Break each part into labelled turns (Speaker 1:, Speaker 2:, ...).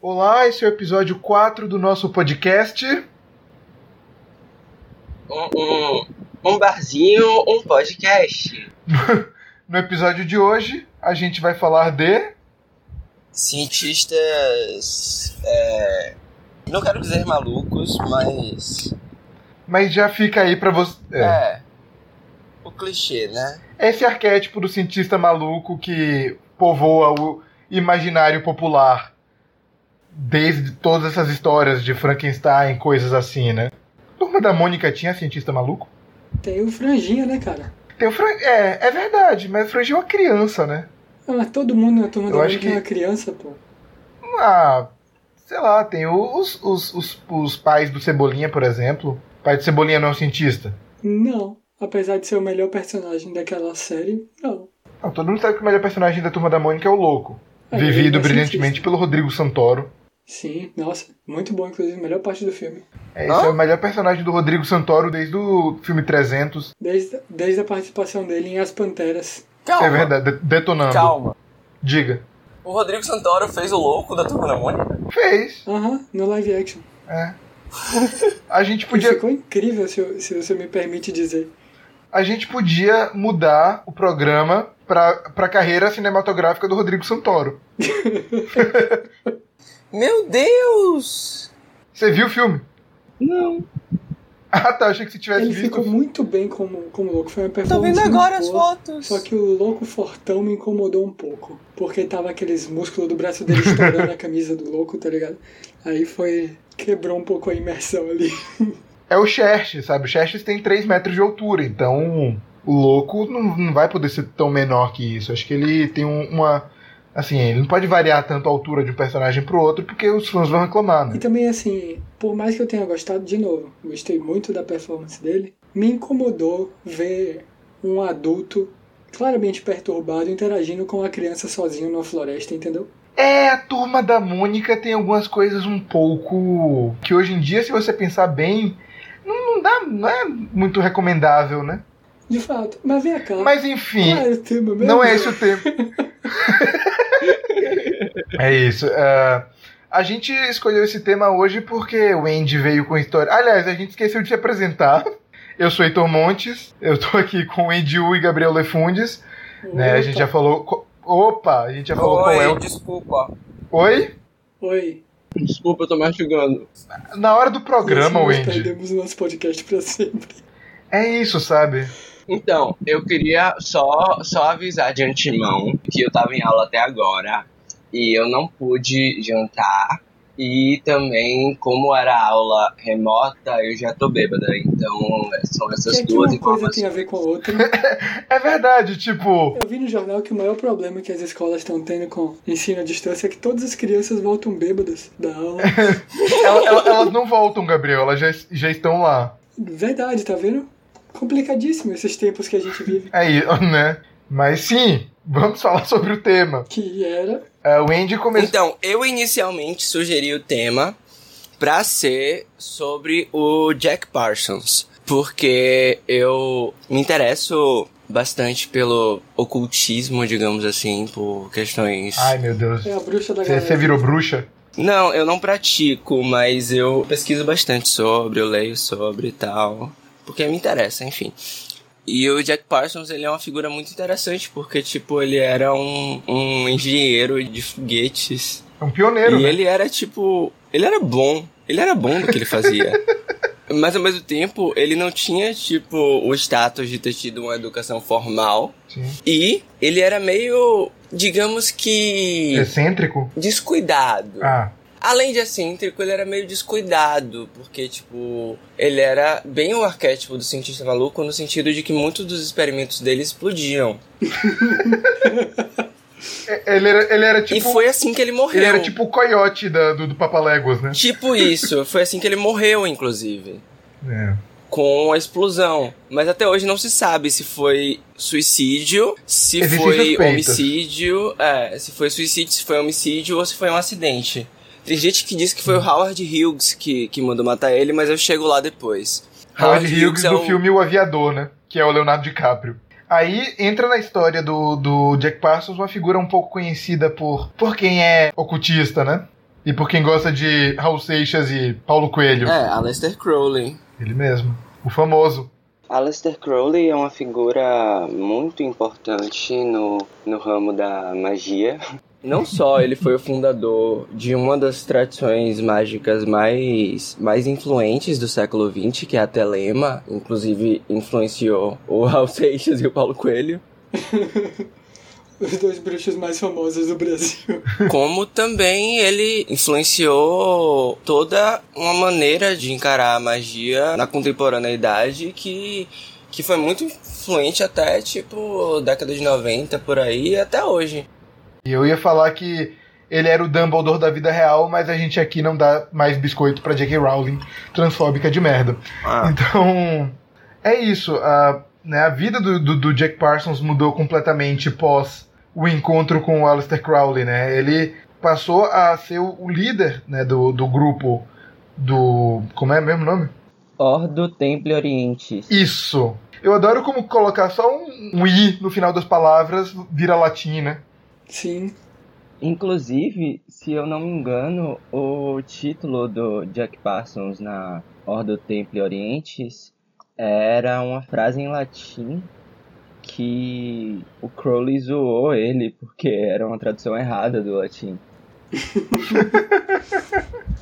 Speaker 1: Olá, esse é o episódio 4 do nosso podcast.
Speaker 2: Um, um, um barzinho, um podcast.
Speaker 1: No episódio de hoje, a gente vai falar de.
Speaker 3: Cientistas. é, não quero dizer malucos, mas.
Speaker 1: Mas já fica aí pra você. É.
Speaker 3: É. O clichê, né?
Speaker 1: Esse arquétipo do cientista maluco que povoa o imaginário popular desde todas essas histórias de Frankenstein, coisas assim, né? Turma da Mônica tinha cientista maluco?
Speaker 4: Tem o franjinha, né, cara?
Speaker 1: Tem o Fran... É, é verdade, mas o Franjinho é uma criança, né?
Speaker 4: Ah, mas todo mundo na turma
Speaker 1: Eu
Speaker 4: da
Speaker 1: acho
Speaker 4: Mônica
Speaker 1: que-
Speaker 4: é uma criança, pô.
Speaker 1: Ah, sei lá, tem os, os, os, os pais do Cebolinha, por exemplo. O pai do Cebolinha não é um cientista.
Speaker 4: Não. Apesar de ser o melhor personagem daquela série, não.
Speaker 1: Não, todo mundo sabe que o melhor personagem da Turma da Mônica é o Louco.
Speaker 4: É, ele
Speaker 1: vivido
Speaker 4: é
Speaker 1: brilhantemente
Speaker 4: cientista.
Speaker 1: pelo Rodrigo Santoro.
Speaker 4: Sim, nossa. Muito bom, inclusive, a melhor parte do filme.
Speaker 1: É, Esse
Speaker 3: Hã?
Speaker 1: é o melhor personagem do Rodrigo Santoro desde o filme 300.
Speaker 4: Desde, desde a participação dele em As Panteras.
Speaker 3: Calma.
Speaker 1: É verdade, de- detonando.
Speaker 3: Calma.
Speaker 1: Diga.
Speaker 3: O Rodrigo Santoro fez o louco da Turma da Mônica.
Speaker 1: Fez.
Speaker 4: Aham, no live action.
Speaker 1: É. A gente
Speaker 4: E
Speaker 1: podia,
Speaker 4: Ficou incrível, se, eu- se você me permite dizer.
Speaker 1: a gente podia mudar o programa pra, pra carreira cinematográfica do Rodrigo Santoro.
Speaker 3: Meu Deus!
Speaker 1: Você viu o filme?
Speaker 2: Não.
Speaker 1: Ah, tá. Achei que você tivesse
Speaker 4: Ele
Speaker 1: visto.
Speaker 4: ficou muito bem como, como louco. Foi uma
Speaker 3: Tô
Speaker 4: performance
Speaker 3: vendo
Speaker 4: muito
Speaker 3: agora as
Speaker 4: boa.
Speaker 3: fotos.
Speaker 4: Só que o louco fortão me incomodou um pouco. Porque tava aqueles músculos do braço dele estourando a camisa do louco, tá ligado? Aí foi. Quebrou um pouco a imersão ali.
Speaker 1: É o Xerxes, sabe? O Xerxes tem 3 metros de altura, então o louco não, não vai poder ser tão menor que isso. Acho que ele tem um- uma. Assim, ele não pode variar tanto a altura de um personagem pro outro, porque os fãs vão reclamar,
Speaker 4: E
Speaker 1: né?
Speaker 4: também, assim, por mais que eu tenha gostado, de novo, gostei muito da performance dele, me incomodou ver um adulto claramente perturbado interagindo com uma criança sozinho numa floresta, entendeu?
Speaker 1: É, a turma da Mônica tem algumas coisas um pouco. que hoje em dia, se você pensar bem, não, não dá. não é muito recomendável, né?
Speaker 4: De fato. Mas vem cá.
Speaker 1: Mas enfim.
Speaker 4: qual era o tema mesmo?
Speaker 1: Não é esse o tema. é isso. ah, a gente escolheu esse tema hoje porque o Andy veio com história. Aliás, a gente esqueceu de se apresentar. Eu sou Heitor Montes, eu tô aqui com o Andy U e Gabriel Lefundes. Né? A gente já
Speaker 4: Opa.
Speaker 1: falou. co- Opa! A gente já falou qual
Speaker 3: Oi,
Speaker 1: é o.
Speaker 3: desculpa.
Speaker 1: Oi?
Speaker 4: Oi.
Speaker 2: Desculpa, eu tô mastigando.
Speaker 1: Na hora do programa,
Speaker 4: Assim, nós
Speaker 1: Andy.
Speaker 4: perdemos o nosso podcast pra sempre.
Speaker 1: É isso, sabe?
Speaker 2: Então, eu queria só, só avisar de antemão que eu tava em aula até agora e eu não pude jantar. E também, como era aula remota, eu já tô bêbada. Então, são
Speaker 4: O que
Speaker 2: essas
Speaker 4: é que
Speaker 2: duas
Speaker 4: uma coisa
Speaker 2: informações.
Speaker 4: tem a ver com a outra?
Speaker 1: É verdade, tipo.
Speaker 4: Eu vi no jornal que o maior problema que as escolas estão tendo com ensino à distância é que todas as crianças voltam bêbadas da aula.
Speaker 1: ela- ela- elas não voltam, Gabriel, elas já, já estão lá.
Speaker 4: Verdade, tá vendo? Complicadíssimo esses tempos que a gente vive.
Speaker 1: É isso, né? Mas sim, vamos falar sobre o tema.
Speaker 4: Que era.
Speaker 1: É, o Andy começou.
Speaker 3: Então, eu inicialmente sugeri o tema pra ser sobre o Jack Parsons, porque eu me interesso bastante pelo ocultismo, digamos assim, por questões.
Speaker 1: Ai meu Deus.
Speaker 4: É a bruxa da
Speaker 1: Você
Speaker 4: galera.
Speaker 1: você virou bruxa?
Speaker 3: Não, eu não pratico, mas eu pesquiso bastante sobre, eu leio sobre e tal, porque me interessa, enfim. E o Jack Parsons, ele é uma figura muito interessante, porque, tipo, ele era um, um engenheiro de foguetes
Speaker 1: É um pioneiro,
Speaker 3: e
Speaker 1: né?
Speaker 3: ele era tipo. Ele era bom. Ele era bom no que ele fazia. Mas ao mesmo tempo, ele não tinha, tipo, o status de ter tido uma educação formal.
Speaker 1: Sim.
Speaker 3: E ele era meio, digamos que.
Speaker 1: Excêntrico?
Speaker 3: descuidado.
Speaker 1: Ah.
Speaker 3: Além de excêntrico, ele era meio descuidado, porque, tipo, ele era bem o arquétipo do cientista maluco no sentido de que muitos dos experimentos dele explodiam.
Speaker 1: É- Ele era, ele era tipo.
Speaker 3: e foi assim que ele morreu.
Speaker 1: Ele era tipo o coiote da- do, do Papaléguas, né?
Speaker 3: tipo isso. Foi assim que ele morreu, inclusive.
Speaker 1: É.
Speaker 3: com a explosão. Mas até hoje não se sabe se foi suicídio, se
Speaker 1: Existem
Speaker 3: foi
Speaker 1: suspeitas.
Speaker 3: homicídio, é, se foi suicídio, se foi homicídio ou se foi um acidente. Tem gente que diz que foi o Howard Hughes que, que mandou matar ele, mas eu chego lá depois.
Speaker 1: Howard Hughes
Speaker 3: é
Speaker 1: do
Speaker 3: o-
Speaker 1: filme O Aviador, né? Que é o Leonardo DiCaprio. Aí entra na história do, do Jack Parsons uma figura um pouco conhecida por, por quem é ocultista, né? E por quem gosta de Raul Seixas e Paulo Coelho.
Speaker 5: É, Aleister Crowley.
Speaker 1: Ele mesmo. O famoso.
Speaker 6: Aleister Crowley é uma figura muito importante no, no ramo da magia.
Speaker 5: Não só ele foi o fundador de uma das tradições mágicas mais, mais influentes do século XX, que é a Telema, inclusive influenciou o Raul Seixas e o Paulo Coelho,
Speaker 4: Os dois bruxos mais famosos do Brasil.
Speaker 5: como também ele influenciou toda uma maneira de encarar a magia na contemporaneidade que, que foi muito influente até, tipo, década de 90 por aí e até hoje.
Speaker 1: E eu ia falar que ele era o Dumbledore da vida real, mas a gente aqui não dá mais biscoito pra J.K. Rowling, transfóbica de merda.
Speaker 5: Ah,
Speaker 1: Então, é isso. A, né, a vida do, do, do Jack Parsons mudou completamente pós o encontro com o Aleister Crowley, né? Ele passou a ser o, o líder né, do, do grupo do... Como é mesmo o nome?
Speaker 3: Ordo Temple Orientis.
Speaker 1: Isso. Eu adoro como colocar só um, um i no final das palavras vira latim, né?
Speaker 4: Sim.
Speaker 3: Inclusive, se eu não me engano, o título do Jack Parsons na Ordo Temple Orientis era uma frase em latim que o Crowley zoou ele porque era uma tradução errada do latim.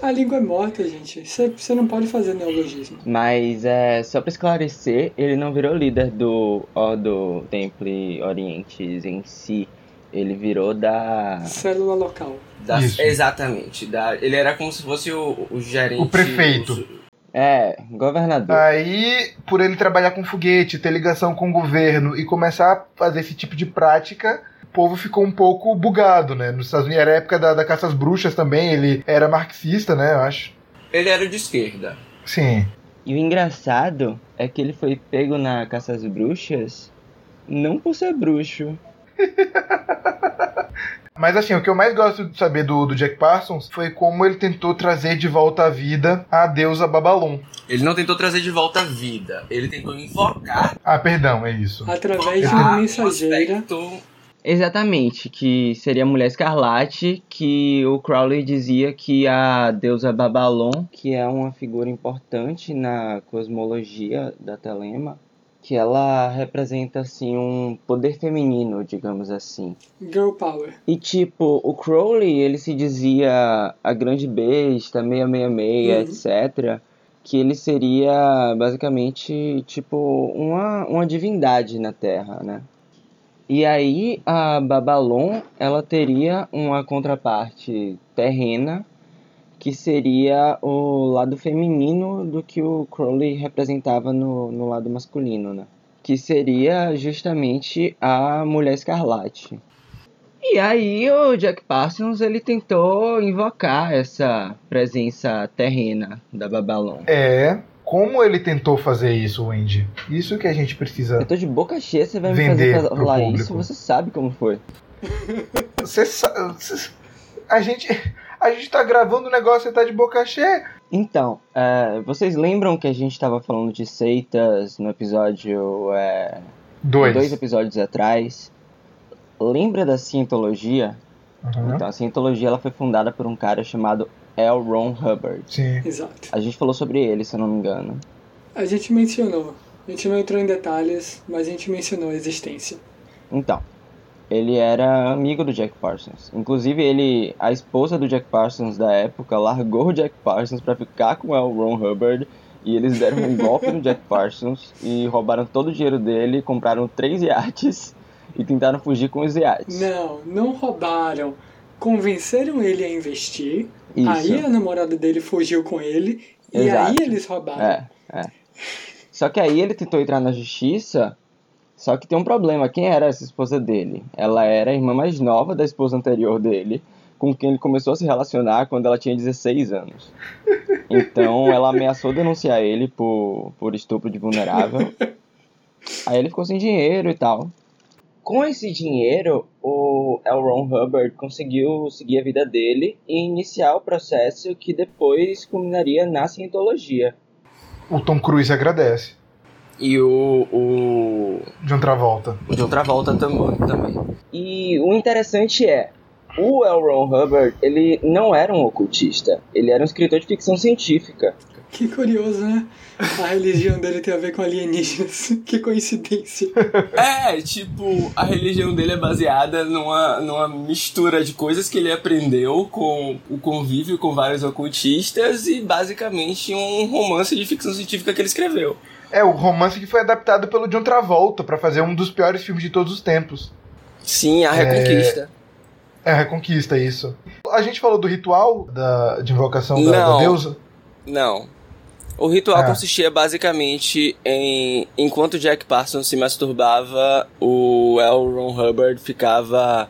Speaker 4: A língua é morta, gente. Você não pode fazer neologismo.
Speaker 3: Mas é só para esclarecer, ele não virou líder do Ordo Temple Orientis em si. Ele virou da
Speaker 4: Célula local.
Speaker 5: da-
Speaker 1: Isso.
Speaker 5: exatamente. Da, ele era como se fosse o, o gerente.
Speaker 1: O prefeito.
Speaker 5: su-
Speaker 3: é governador.
Speaker 1: Aí, por ele trabalhar com foguete, ter ligação com o governo e começar a fazer esse tipo de prática, o povo ficou um pouco bugado, né? Nos Estados Unidos era a época da, da caça às bruxas também, ele era marxista, né? Eu acho.
Speaker 5: É. ele era o de esquerda.
Speaker 1: Sim.
Speaker 3: E o engraçado é que ele foi pego na caça às bruxas não por ser bruxo.
Speaker 1: Mas assim, o que eu mais gosto de saber do, do Jack Parsons foi como ele tentou trazer de volta à vida a deusa Babalon.
Speaker 5: Ele não tentou trazer de volta a vida. Ele tentou invocar
Speaker 1: Ah, perdão, é isso.
Speaker 4: Através de
Speaker 5: Ah,
Speaker 4: uma
Speaker 5: um
Speaker 4: mensageira.
Speaker 5: aspecto-
Speaker 3: Exatamente, que seria a Mulher Escarlate, que o Crowley dizia que a deusa Babalon, que é uma figura importante na cosmologia da Telema, que ela representa assim um poder feminino, digamos assim.
Speaker 4: Girl Power.
Speaker 3: E tipo, o Crowley, ele se dizia a grande besta, 666, etc. Que ele seria basicamente tipo uma, uma divindade na Terra, né? E aí a Babalon, ela teria uma contraparte terrena, que seria o lado feminino do que o Crowley representava no, no lado masculino, né? Que seria justamente a Mulher Escarlate. E aí o Jack Parsons ele tentou invocar essa presença terrena da Babalon.
Speaker 1: É. Como ele tentou fazer isso, Wendy? Isso que a gente precisa.
Speaker 3: Eu tô de boca cheia, você vai me
Speaker 1: Vender
Speaker 3: fazer
Speaker 1: pro
Speaker 3: falar
Speaker 1: público.
Speaker 3: isso, você sabe como foi.
Speaker 1: Você sa- cê- A gente. A gente tá gravando o negócio e tá de boca cheia.
Speaker 3: Então, é, vocês lembram que a gente tava falando de seitas no episódio. é,
Speaker 1: Dois.
Speaker 3: episódios atrás? Lembra da cientologia?
Speaker 1: Uhum.
Speaker 3: Então, a cientologia ela foi fundada por um cara chamado L. Ron Hubbard.
Speaker 1: Sim.
Speaker 4: Exato.
Speaker 3: A gente falou sobre ele, se eu não me engano.
Speaker 4: A gente mencionou. A gente não entrou em detalhes, mas a gente mencionou a existência.
Speaker 3: Então, ele era amigo do Jack Parsons. Inclusive, ele, a esposa do Jack Parsons da época, largou o Jack Parsons pra ficar com o L. Ron Hubbard. E eles deram um golpe no Jack Parsons e roubaram todo o dinheiro dele, compraram três iates e tentaram fugir com os iates.
Speaker 4: Não, não roubaram. Convenceram ele a investir.
Speaker 3: Isso.
Speaker 4: Aí a namorada dele fugiu com ele. E
Speaker 3: Exato.
Speaker 4: aí eles roubaram.
Speaker 3: É, é. Só que aí ele tentou entrar na justiça, só que tem um problema. Quem era essa esposa dele? Ela era a irmã mais nova da esposa anterior dele, com quem ele começou a se relacionar quando ela tinha 16 anos. Então ela ameaçou denunciar ele por, por estupro de vulnerável. Aí ele ficou sem dinheiro e tal. Com esse dinheiro, o L. Ron Hubbard conseguiu seguir a vida dele e iniciar o processo que depois culminaria na cientologia.
Speaker 1: O Tom Cruise agradece.
Speaker 5: E o, o
Speaker 1: De um outra volta.
Speaker 5: O John Travolta tam- também.
Speaker 3: E o interessante é,
Speaker 7: O L. Ron Hubbard, ele não era um ocultista. Ele era um escritor de ficção científica.
Speaker 4: Que curioso, né? A religião dele tem a ver com alienígenas. Que coincidência.
Speaker 3: É, tipo, a religião dele é baseada numa, numa mistura de coisas que ele aprendeu com o convívio com vários ocultistas e basicamente um romance de ficção científica que ele escreveu.
Speaker 1: É, o romance que foi adaptado pelo John Travolta pra fazer um dos piores filmes de todos os tempos.
Speaker 3: Sim, a Reconquista.
Speaker 1: É a Reconquista, isso. A gente falou do ritual da, de invocação da, da
Speaker 3: Não.
Speaker 1: deusa?
Speaker 3: Não. O ritual
Speaker 1: Ah.
Speaker 3: consistia basicamente em. Enquanto Jack Parsons se masturbava, o L. Ron Hubbard ficava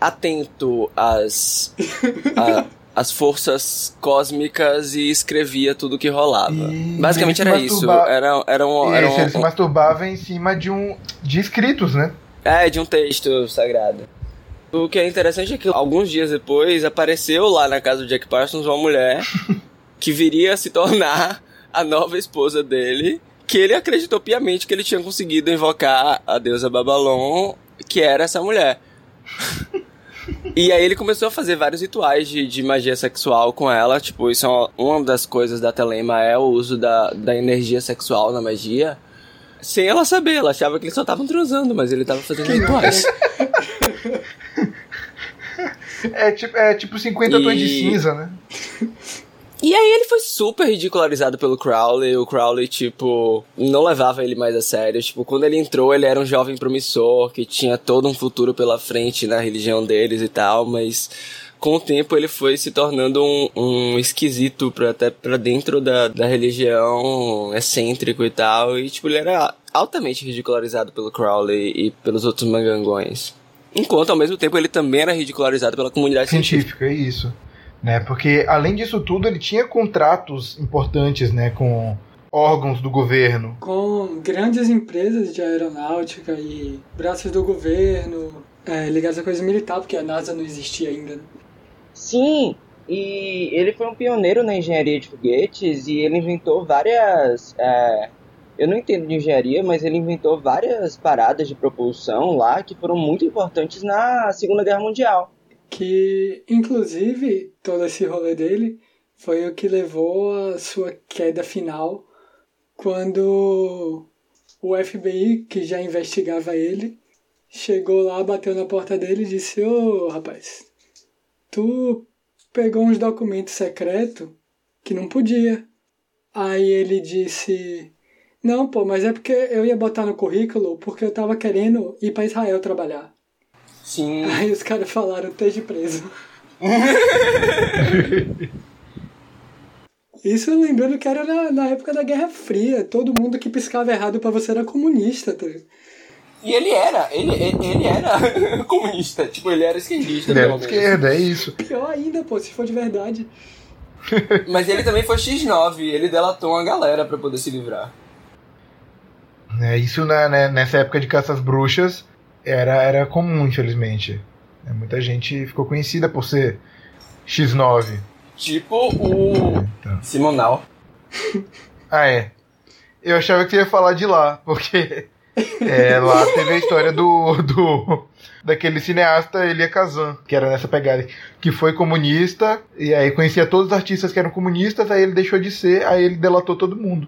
Speaker 3: atento às. a- às forças cósmicas e escrevia tudo que rolava.
Speaker 1: E
Speaker 3: basicamente
Speaker 1: ele
Speaker 3: era
Speaker 1: se
Speaker 3: isso.
Speaker 1: masturba-
Speaker 3: Era, era um. Era
Speaker 1: Isso, ele se
Speaker 3: um
Speaker 1: masturbava em cima de um. de escritos, né?
Speaker 3: é, de um texto sagrado. O que é interessante é que alguns dias depois apareceu lá na casa do Jack Parsons uma mulher que viria a se tornar a nova esposa dele, que ele acreditou piamente que ele tinha conseguido invocar a deusa Babalon, que era essa mulher. E aí ele começou a fazer vários rituais de, de magia sexual com ela, tipo, isso é uma, uma das coisas da Telema é o uso da, da energia sexual na magia. Sem ela saber, ela achava que eles só estavam transando, mas ele tava fazendo rituais.
Speaker 1: É tipo, é tipo 50 tons de
Speaker 3: E-
Speaker 1: cinza, né?
Speaker 3: E aí ele foi super ridicularizado pelo Crowley. O Crowley, tipo, não levava ele mais a sério. Tipo, quando ele entrou, ele era um jovem promissor, que tinha todo um futuro pela frente na religião deles e tal, mas com o tempo ele foi se tornando um, um esquisito pra, até pra dentro da, da religião, excêntrico e tal. E, tipo, ele era altamente ridicularizado pelo Crowley e pelos outros mangangões. Enquanto, ao mesmo tempo, ele também era ridicularizado pela comunidade científica.
Speaker 1: científica, é isso. Né? Porque, além disso tudo, ele tinha contratos importantes né, com órgãos do governo.
Speaker 4: Com grandes empresas de aeronáutica e braços do governo é, ligados à coisa militar, porque a NASA não existia ainda. né?
Speaker 7: Sim, e ele foi um pioneiro na engenharia de foguetes e ele inventou várias. é, eu não entendo de engenharia, mas ele inventou várias paradas de propulsão lá que foram muito importantes na Segunda Guerra Mundial.
Speaker 4: Que, inclusive, todo esse rolê dele foi o que levou à sua queda final quando o FBI, que já investigava ele, chegou lá, bateu na porta dele e disse: Ô rapaz, tu pegou uns documentos secretos que não podia. Aí ele disse: Não, pô, mas é porque eu ia botar no currículo porque eu tava querendo ir pra Israel trabalhar.
Speaker 3: Sim.
Speaker 4: Aí os caras falaram, esteja preso. Isso lembrando que era na, na época da Guerra Fria. Todo mundo que piscava errado pra você era comunista. Tá? ligado?
Speaker 3: E ele era, ele, ele, ele era comunista, tipo, ele era esquerdista,
Speaker 1: Né?
Speaker 3: pelo menos.
Speaker 1: Esquerda, é isso.
Speaker 4: Pior ainda, pô, se for de verdade.
Speaker 3: Mas ele também foi X9, ele delatou uma galera pra poder se livrar.
Speaker 1: Né? Isso na, né, nessa época de caças bruxas era, era comum, infelizmente. Né, Muita gente ficou conhecida por ser X9.
Speaker 3: Tipo o
Speaker 1: Então.
Speaker 3: Simonal.
Speaker 1: Ah, é. Eu achava que você ia falar de lá, porque é, lá teve a história do, do daquele cineasta Elia Kazan, que era nessa pegada, que foi comunista, e aí conhecia todos os artistas que eram comunistas, aí ele deixou de ser, aí ele delatou todo mundo.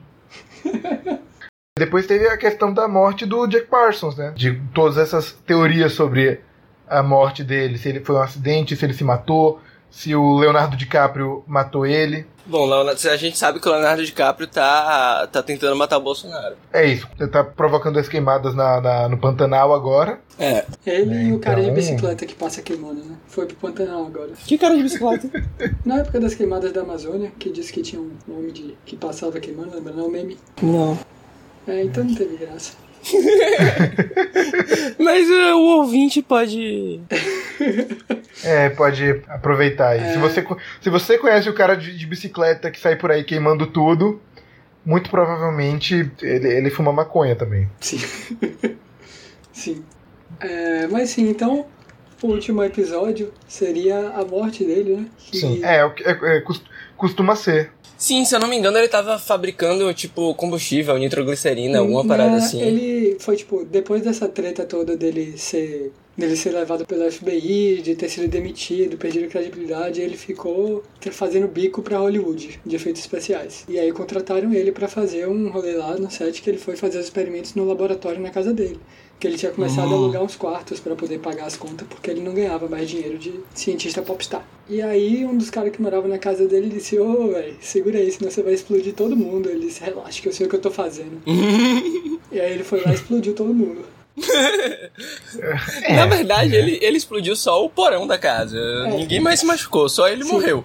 Speaker 1: Depois teve a questão da morte do Jack Parsons, né? De todas essas teorias sobre a morte dele, se ele foi um acidente, se ele se matou, se o Leonardo DiCaprio matou ele.
Speaker 3: Bom, Leonardo, a gente sabe que o Leonardo DiCaprio tá, tá tentando matar o Bolsonaro.
Speaker 1: É isso. Você tá provocando as queimadas na, na- no Pantanal agora.
Speaker 3: É.
Speaker 4: Ele e o cara de
Speaker 1: Então-
Speaker 4: bicicleta que passa queimando, né? Foi pro Pantanal agora.
Speaker 3: Que cara de bicicleta?
Speaker 4: Na época das queimadas da Amazônia, que disse que tinha um homem de, que passava queimando, lembra? Não, meme.
Speaker 3: Não.
Speaker 4: É, então não teve graça.
Speaker 3: Mas uh, o ouvinte pode...
Speaker 1: É, pode aproveitar aí. Se, você, co- se você conhece o cara de, de bicicleta que sai por aí queimando tudo, muito provavelmente ele, ele fuma maconha também.
Speaker 4: Sim. sim. É, mas sim, então o último episódio seria a morte dele, né? Que-
Speaker 1: É, o que- é- é, cos- costuma ser.
Speaker 3: Sim, se eu não me engano, ele tava fabricando, tipo, combustível, nitroglicerina, alguma
Speaker 4: Né,
Speaker 3: parada assim.
Speaker 4: Ele foi tipo, depois dessa treta toda dele ser dele ser levado pelo FBI, de ter sido demitido, perdido a credibilidade, ele ficou tra- fazendo bico pra Hollywood de efeitos especiais. E aí contrataram ele pra fazer um rolê lá no set que ele foi fazer os experimentos no laboratório na casa dele. Que ele tinha começado
Speaker 3: Hum.
Speaker 4: a alugar uns quartos pra poder pagar as contas, porque ele não ganhava mais dinheiro de cientista popstar. E aí, um dos caras que morava na casa dele disse: Ô, velho, segura aí, senão você vai explodir todo mundo. Ele disse: Relaxa, que eu sei o que eu tô fazendo. e aí ele foi lá e explodiu todo mundo.
Speaker 1: É.
Speaker 3: Na verdade, ele, ele explodiu só o porão da casa. Ninguém mais se machucou, só ele
Speaker 4: Sim.
Speaker 3: morreu.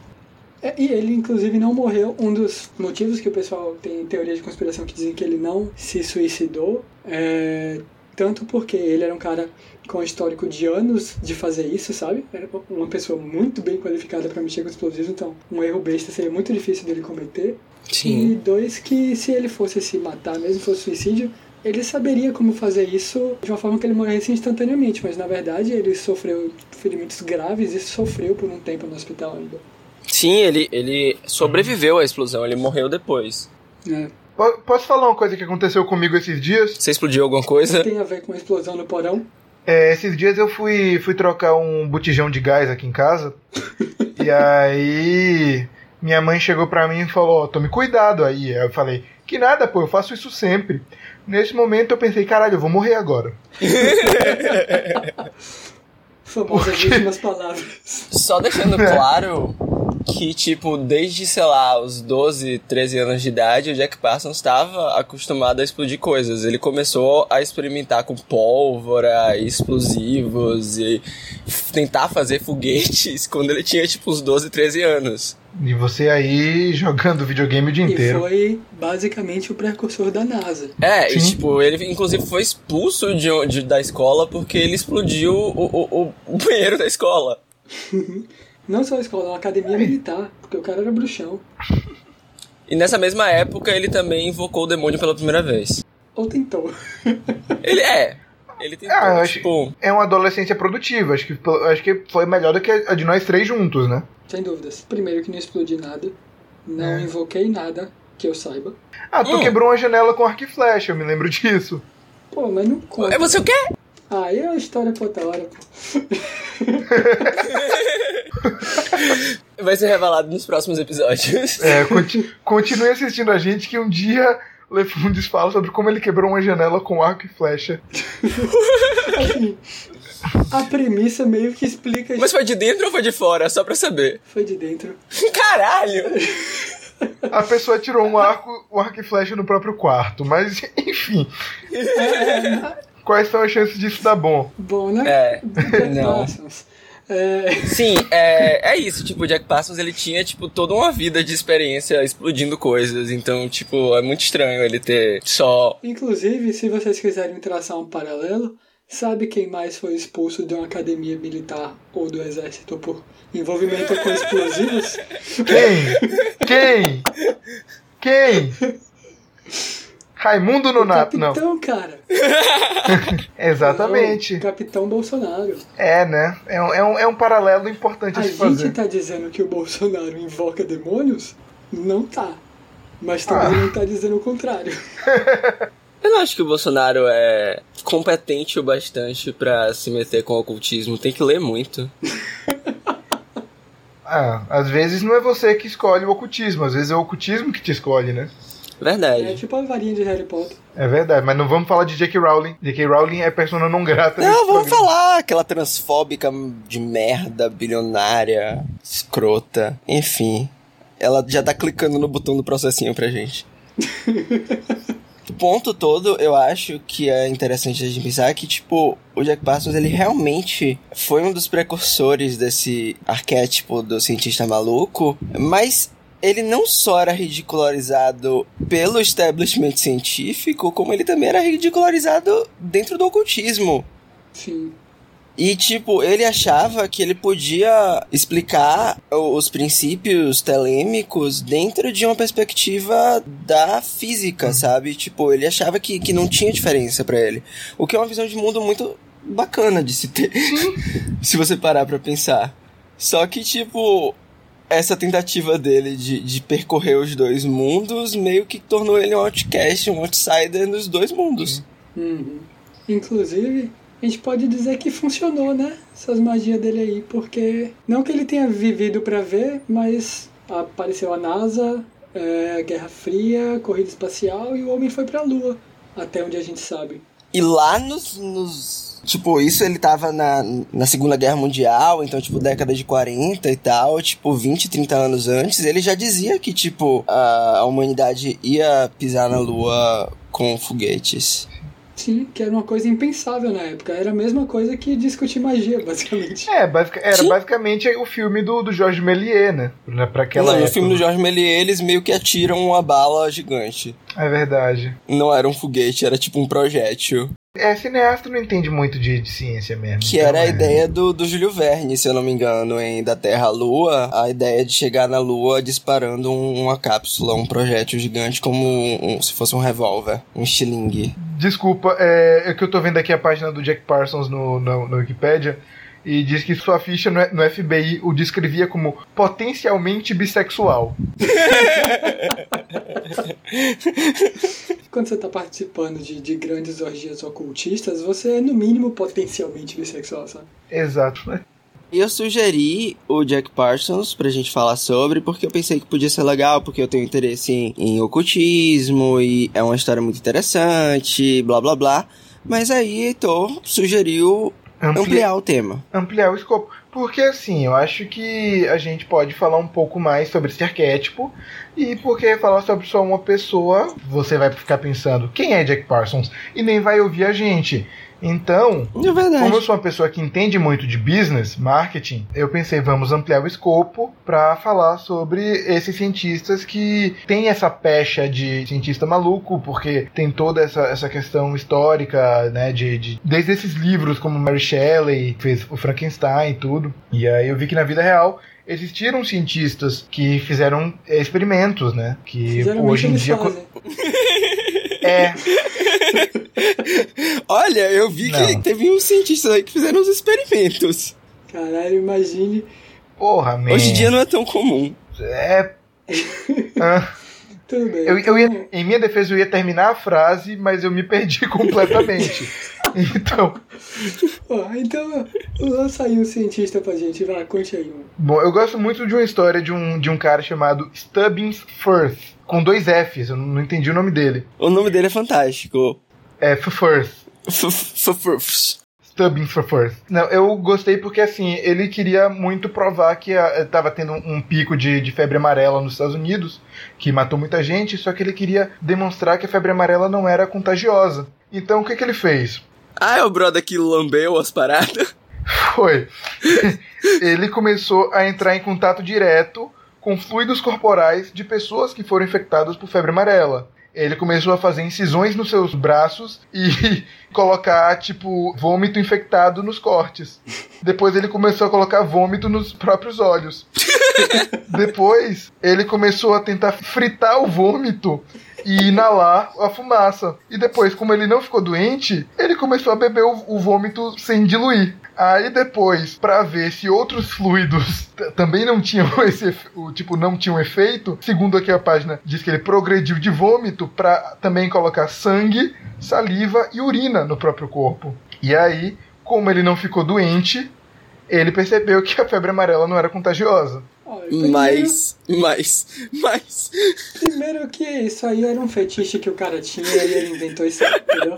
Speaker 4: É, E ele, inclusive, não morreu. Um dos motivos que o pessoal tem teoria de conspiração que dizem que ele não se suicidou é tanto porque ele era um cara com histórico de anos de fazer isso, sabe? Era uma pessoa muito bem qualificada para mexer com explosivos, então um erro besta seria muito difícil dele cometer. E dois, que se ele fosse se matar, mesmo se fosse suicídio, ele saberia como fazer isso de uma forma que ele morresse instantaneamente, mas na verdade ele sofreu ferimentos graves e sofreu por um tempo no hospital ainda.
Speaker 3: Sim, ele, ele sobreviveu à explosão, ele morreu depois.
Speaker 4: É.
Speaker 1: Po- Posso falar uma coisa que aconteceu comigo esses dias?
Speaker 3: Você explodiu alguma coisa?
Speaker 4: Tem a ver com a explosão no porão?
Speaker 1: É, esses dias eu fui, fui trocar um botijão de gás aqui em casa. e aí minha mãe chegou pra mim e falou, "Ó, tome cuidado aí. Aí eu falei, que nada, pô, eu faço isso sempre. Nesse momento eu pensei, caralho, eu vou morrer agora.
Speaker 4: Famosas últimas palavras.
Speaker 3: Só deixando
Speaker 1: É.
Speaker 3: claro que, tipo, desde, sei lá, os 12, 13 anos de idade, o Jack Parsons estava acostumado a explodir coisas. Ele começou a experimentar com pólvora, e explosivos e f- tentar fazer foguetes quando ele tinha, tipo, uns 12, 13 anos.
Speaker 1: E você aí jogando videogame o dia
Speaker 4: E
Speaker 1: inteiro.
Speaker 4: foi basicamente o precursor da NASA.
Speaker 3: É, e
Speaker 1: Sim.
Speaker 3: tipo, ele inclusive foi expulso de, on- de- da escola porque ele explodiu o, o, o- o banheiro da escola.
Speaker 4: Não só a escola, a academia militar, porque o cara era bruxão.
Speaker 3: E nessa mesma época ele também invocou o demônio pela primeira vez.
Speaker 4: Ou tentou.
Speaker 3: Ele é. Ele tentou,
Speaker 1: Ah, eu acho-
Speaker 3: tipo.
Speaker 1: É uma adolescência produtiva, acho que, pelo- acho que foi melhor do que a de nós três juntos, né?
Speaker 4: Sem dúvidas. Primeiro que não explodi nada. Não invoquei nada que eu saiba.
Speaker 1: Ah, tu
Speaker 3: Hum.
Speaker 1: quebrou uma janela com arco e flecha, eu me lembro disso.
Speaker 4: Pô, mas não conta.
Speaker 3: É você o quê?
Speaker 4: Aí é uma história pra outra hora. pô.
Speaker 3: Vai ser revelado nos próximos episódios.
Speaker 1: É, conti- continue assistindo a gente que um dia o Lefundes fala sobre como ele quebrou uma janela com arco e flecha.
Speaker 4: Assim, a premissa meio que explica...
Speaker 3: Mas foi de dentro ou foi de fora? Só pra saber.
Speaker 4: Foi de dentro.
Speaker 3: Caralho!
Speaker 1: A pessoa tirou um arco, um arco e flecha no próprio quarto, mas enfim. Quais são as chances disso dar bom?
Speaker 4: Bom, né?
Speaker 3: É.
Speaker 4: Jack
Speaker 3: Não.
Speaker 4: Parsons. É...
Speaker 3: Sim, é, é isso, tipo, o Jack Parsons, ele tinha, tipo, toda uma vida de experiência explodindo coisas, então, tipo, é muito estranho ele ter só...
Speaker 4: Inclusive, se vocês quiserem traçar um paralelo, sabe quem mais foi expulso de uma academia militar ou do exército por envolvimento com explosivos?
Speaker 1: Quem? Quem? Quem? Raimundo Nonato, não.
Speaker 4: Capitão, cara. Não,
Speaker 1: Exatamente.
Speaker 4: Capitão Bolsonaro.
Speaker 1: É, né? É um, é um, é um paralelo importante
Speaker 4: A
Speaker 1: a se
Speaker 4: gente
Speaker 1: fazer.
Speaker 4: tá dizendo que o Bolsonaro invoca demônios? Não tá. Mas também
Speaker 1: Ah.
Speaker 4: não tá dizendo o contrário.
Speaker 3: Eu não acho que o Bolsonaro é competente o bastante pra se meter com o ocultismo, tem que ler muito.
Speaker 1: Ah, às vezes não é você que escolhe o ocultismo, às vezes é o ocultismo que te escolhe, né?
Speaker 4: É
Speaker 3: Verdade.
Speaker 4: tipo a varinha de Harry Potter.
Speaker 1: É verdade, mas não vamos falar de J.K. Rowling. J.K. Rowling é persona não grata. nesse
Speaker 3: Não, vamos
Speaker 1: programa.
Speaker 3: falar aquela transfóbica de merda, bilionária, escrota, enfim. Ela já tá clicando no botão do processinho pra gente. o ponto todo, eu acho que é interessante a gente pensar que, tipo, o Jack Parsons, ele realmente foi um dos precursores desse arquétipo do cientista maluco, mas ele não só era ridicularizado pelo establishment científico, como ele também era ridicularizado dentro do ocultismo.
Speaker 4: Sim.
Speaker 3: E, tipo, ele achava que ele podia explicar o- os princípios telêmicos dentro de uma perspectiva da física, sabe? Tipo, ele achava que, que não tinha diferença pra ele. O que é uma visão de mundo muito bacana de se ter, se você parar pra pensar. Só que, tipo, essa tentativa dele de, de percorrer os dois mundos meio que tornou ele um outcast, um outsider nos dois mundos.
Speaker 4: Uhum. Inclusive, a gente pode dizer que funcionou, né? Essas magias dele aí, porque não que ele tenha vivido para ver, mas apareceu a NASA, é, Guerra Fria, corrida espacial e o homem foi para a Lua, até onde a gente sabe.
Speaker 3: E lá nos, nos. Tipo, isso ele tava na, na Segunda Guerra Mundial, então, tipo, década de 40 e tal, tipo, 20, 30 anos antes, ele já dizia que, tipo, a, a humanidade ia pisar na Lua com foguetes.
Speaker 4: Sim, que era uma coisa impensável na época. Era a mesma coisa que discutir magia, basicamente.
Speaker 1: É, basic, era basicamente o filme do, do Georges Méliès, né? Pra, pra aquela
Speaker 3: Não, no
Speaker 1: época.
Speaker 3: filme do Jorge Méliès, eles meio que atiram uma bala gigante.
Speaker 1: É verdade.
Speaker 3: Não era um foguete, era tipo um projétil.
Speaker 1: É, cineasta não entende muito de, de ciência mesmo.
Speaker 3: Que
Speaker 1: então
Speaker 3: era a
Speaker 1: é.
Speaker 3: ideia do, do Júlio Verne, se eu não me engano, em Da Terra à Lua. A ideia de chegar na Lua disparando um- uma cápsula, um projétil gigante, como um- um- se fosse um revólver, um estilingue.
Speaker 1: Desculpa, é, é que eu tô vendo aqui a página do Jack Parsons no, no, no Wikipedia e diz que sua ficha no, no FBI o descrevia como potencialmente bissexual.
Speaker 4: Quando você tá participando de, de grandes orgias ocultistas, você é, no mínimo, potencialmente bissexual, sabe?
Speaker 1: Exato, né?
Speaker 3: E eu sugeri o Jack Parsons pra gente falar sobre, porque eu pensei que podia ser legal, porque eu tenho interesse em, em ocultismo e é uma história muito interessante, blá blá blá. Mas aí Heitor sugeriu
Speaker 1: Ampli-
Speaker 3: ampliar o tema.
Speaker 1: ampliar o escopo. Porque assim, eu acho que a gente pode falar um pouco mais sobre esse arquétipo. E porque falar sobre só uma pessoa, você vai ficar pensando quem é Jack Parsons e nem vai ouvir a gente. Então,
Speaker 3: É verdade.
Speaker 1: como eu sou uma pessoa que entende muito de business, marketing, eu pensei vamos ampliar o escopo para falar sobre esses cientistas que têm essa pecha de cientista maluco, porque tem toda essa, essa questão histórica, né, de, de- desde esses livros como Mary Shelley fez o Frankenstein e tudo. E aí eu vi que na vida real existiram cientistas que fizeram eh, experimentos, né, que
Speaker 4: Geralmente
Speaker 1: hoje em
Speaker 4: eles
Speaker 1: dia
Speaker 4: fazem.
Speaker 1: é
Speaker 3: Olha, eu vi que
Speaker 1: Não.
Speaker 3: teve uns cientistas aí que fizeram uns experimentos.
Speaker 4: Caralho, imagine.
Speaker 1: porra, man.
Speaker 3: Hoje em dia não é tão comum.
Speaker 1: é Ah.
Speaker 4: Tudo bem.
Speaker 1: Eu, eu
Speaker 4: então,
Speaker 1: ia, em minha defesa, eu ia terminar a frase, mas eu me perdi completamente. então,
Speaker 4: ó, então, lança aí um cientista pra gente. Vai, conte aí um.
Speaker 1: bom, eu gosto muito de uma história de um, de um cara chamado Stubbins Firth, com dois Fs, eu não entendi o nome dele.
Speaker 3: O nome dele é fantástico.
Speaker 1: É F Firth.
Speaker 3: F- f- f- f-
Speaker 1: Stubbins for Firth. Não, eu gostei porque assim, ele queria muito provar que a, tava tendo um pico de, de febre amarela nos Estados Unidos, que matou muita gente, só que ele queria demonstrar que a febre amarela não era contagiosa. Então o que, que ele fez?
Speaker 3: Ah, é o brother que lambeu as paradas.
Speaker 1: Foi. Ele começou a entrar em contato direto com fluidos corporais de pessoas que foram infectadas por febre amarela. Ele começou a fazer incisões nos seus braços e colocar, tipo, vômito infectado nos cortes. Depois ele começou a colocar vômito nos próprios olhos. Depois ele começou a tentar fritar o vômito e inalar a fumaça. E depois, como ele não ficou doente, ele começou a beber o, o vômito sem diluir. Aí depois, pra ver se outros fluidos t- também não tinham esse efe- o tipo não tinham efeito, segundo aqui a página diz que ele progrediu de vômito pra também colocar sangue, saliva e urina no próprio corpo. E aí, como ele não ficou doente, ele percebeu que a febre amarela não era contagiosa.
Speaker 4: Ó, primeiro-
Speaker 3: Mas, mas, mas.
Speaker 4: Primeiro que isso aí era um fetiche que o cara tinha e ele inventou isso, entendeu?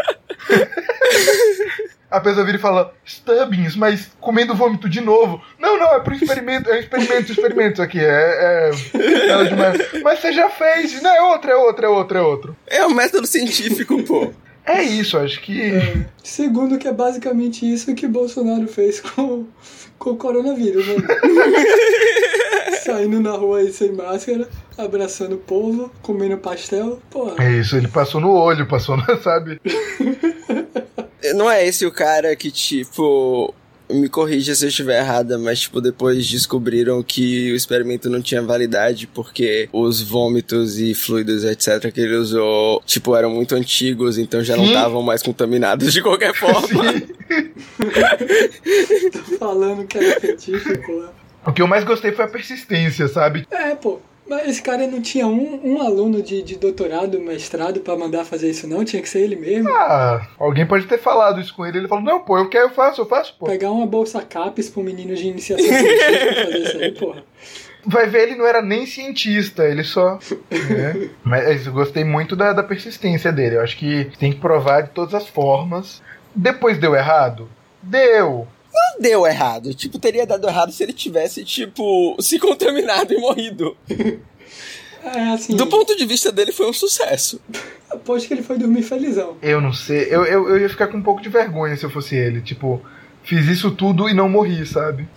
Speaker 1: A pessoa vira e fala, Stubbins, mas comendo vômito de novo. Não, não, é pro experimento, é um experimento, experimento isso aqui. É, é, é demais. Mas você já fez, não, é outro, é outro, é outro, é outro.
Speaker 3: É um método científico, pô.
Speaker 1: É isso, acho que.
Speaker 4: Segundo que é basicamente isso que Bolsonaro fez com, com o coronavírus, né? Saindo na rua aí sem máscara, abraçando o povo, comendo pastel, porra.
Speaker 1: É isso, ele passou no olho, passou, na, sabe?
Speaker 3: Não é esse o cara que, tipo. Me corrija se eu estiver errada, mas, tipo, depois descobriram que o experimento não tinha validade porque os vômitos e fluidos, etc., que ele usou, tipo, eram muito antigos, então já não
Speaker 1: Sim.
Speaker 3: estavam mais contaminados de qualquer forma.
Speaker 4: Falando que era fetiche, porra.
Speaker 1: O que eu mais gostei foi a persistência, sabe?
Speaker 4: É, pô. Mas esse cara não tinha um, um aluno de, de doutorado, mestrado pra mandar fazer isso, não? Tinha que ser ele mesmo.
Speaker 1: Ah, alguém pode ter falado isso com ele. Ele falou, não, pô, eu quero, eu faço, eu faço, pô.
Speaker 4: Pegar uma bolsa CAPES pro menino de iniciação científica pra fazer isso aí, porra.
Speaker 1: Vai ver, ele não era nem cientista, ele só. né? Mas eu gostei muito da, da persistência dele. Eu acho que tem que provar de todas as formas. Depois deu errado? Deu!
Speaker 3: Não deu errado. Tipo, teria dado errado se ele tivesse, tipo, se contaminado e morrido.
Speaker 4: É, assim,
Speaker 3: Do ponto de vista dele, foi um sucesso.
Speaker 4: aposto que ele foi dormir felizão.
Speaker 1: Eu não sei, eu, eu, eu ia ficar com um pouco de vergonha se eu fosse ele. Tipo, fiz isso tudo e não morri, sabe?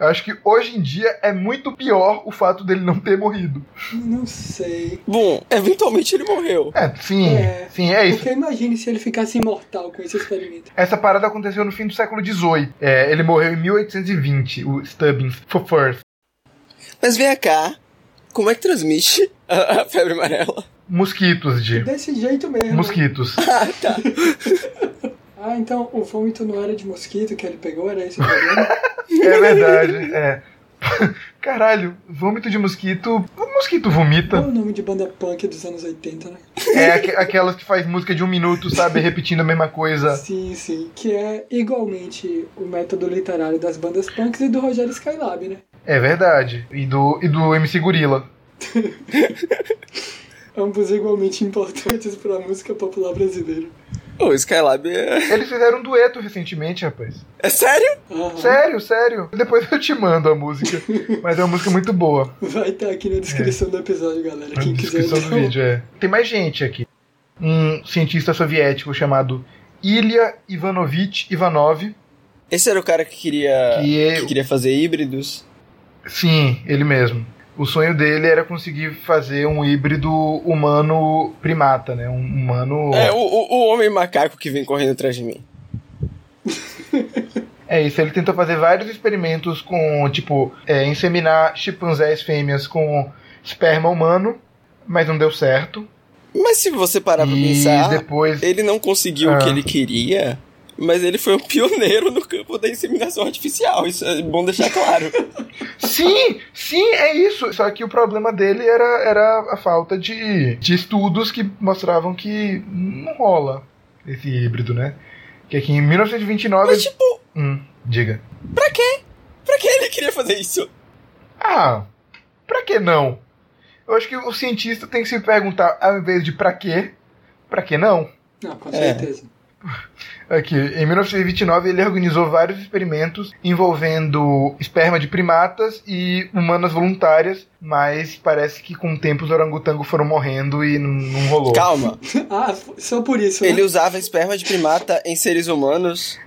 Speaker 1: eu acho que hoje em dia é muito pior o fato dele não ter morrido.
Speaker 4: Não sei.
Speaker 3: Bom, eventualmente ele morreu.
Speaker 1: É, sim,
Speaker 4: É.
Speaker 1: sim, é isso.
Speaker 4: Porque imagine se ele ficasse imortal com esse experimento.
Speaker 1: Essa parada aconteceu no fim do século XVIII. É, ele morreu em 1820, o Stubbins for Firth.
Speaker 3: Mas vem cá, como é que transmite a, a febre amarela?
Speaker 1: Mosquitos, de
Speaker 4: Desse jeito mesmo. né?
Speaker 1: Mosquitos.
Speaker 3: Ah, tá.
Speaker 4: Ah, então o vômito não era de mosquito que ele pegou, era esse o problema?
Speaker 1: É verdade, é. Caralho, vômito de mosquito. O mosquito
Speaker 4: Qual é
Speaker 1: vomita.
Speaker 4: o nome de banda punk dos anos 80, né?
Speaker 1: É aque- aquelas que faz música de um minuto, sabe? Repetindo a mesma coisa.
Speaker 4: Sim, sim. Que é igualmente o método literário das bandas punks e do Rogério Skylab, né?
Speaker 1: É verdade. E do, e do MC Gorila.
Speaker 4: Ambos igualmente importantes pra música popular brasileira.
Speaker 3: O Skylab é...
Speaker 1: Eles fizeram um dueto recentemente, rapaz.
Speaker 3: é sério?
Speaker 4: Aham.
Speaker 1: Sério, sério. Depois eu te mando a música. Mas é uma música muito boa.
Speaker 4: Vai estar aqui na descrição do episódio, galera.
Speaker 1: É. Na
Speaker 4: Quem quiser
Speaker 1: descrição do
Speaker 4: dar um-
Speaker 1: vídeo, é. Tem mais gente aqui. Um cientista soviético chamado Ilya Ivanovich Ivanov.
Speaker 3: Esse era o cara que queria
Speaker 1: Que é-
Speaker 3: que queria fazer híbridos.
Speaker 1: Sim, ele mesmo. O sonho dele era conseguir fazer um híbrido humano primata, né? Um humano.
Speaker 3: É o, o, o homem macaco que vem correndo atrás de mim.
Speaker 1: É isso, ele tentou fazer vários experimentos com, tipo, é, inseminar chimpanzés fêmeas com esperma humano, mas não deu certo.
Speaker 3: Mas se você parar pra
Speaker 1: e
Speaker 3: pensar,
Speaker 1: depois.
Speaker 3: ele não conseguiu
Speaker 1: Ah.
Speaker 3: o que ele queria, mas ele foi um pioneiro no campo da inseminação artificial. Isso é bom deixar claro.
Speaker 1: Sim, sim, é isso. Só que o problema dele era, era a falta de, de estudos que mostravam que não rola esse híbrido, né? Que aqui em 1929.
Speaker 3: mas, tipo,
Speaker 1: Hum, diga.
Speaker 3: pra que ele queria fazer isso?
Speaker 1: Ah, pra que não? Eu acho que o cientista tem que se perguntar, ao invés de pra quê, pra que não?
Speaker 4: Não, com
Speaker 3: É.
Speaker 4: certeza.
Speaker 1: Aqui, em 1929 ele organizou vários experimentos envolvendo esperma de primatas e humanas voluntárias, mas parece que com o tempo os orangotangos foram morrendo e n- não rolou.
Speaker 3: Calma,
Speaker 4: Ah, f- só por isso,
Speaker 3: ele
Speaker 4: né?
Speaker 3: usava esperma de primata em seres humanos.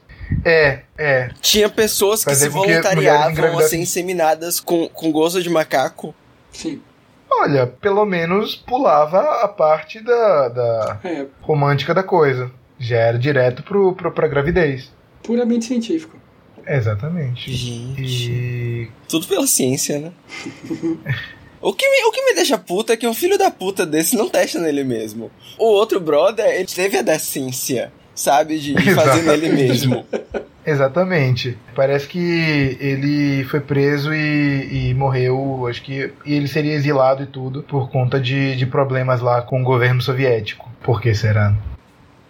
Speaker 1: É, é.
Speaker 3: Tinha pessoas que
Speaker 1: Fazer
Speaker 3: se
Speaker 1: com que mulheres
Speaker 3: voluntariavam a ser
Speaker 1: engravidassem.
Speaker 3: inseminadas com, com gozo de macaco.
Speaker 4: Sim.
Speaker 1: Olha, pelo menos pulava a parte da, da
Speaker 4: É,
Speaker 1: romântica da coisa. Já era direto pro, pro, pra gravidez.
Speaker 4: puramente científico.
Speaker 1: Exatamente.
Speaker 3: Gente.
Speaker 1: E
Speaker 3: Tudo pela ciência, né? o, que me, o que me deixa puta é que um filho da puta desse não testa nele mesmo. O outro brother, ele teve a decência, sabe? De, de fazer
Speaker 1: Exato.
Speaker 3: nele mesmo.
Speaker 1: Exatamente. Parece que ele foi preso e, e morreu, acho que. E ele seria exilado e tudo por conta de, de problemas lá com o governo soviético. Por que será?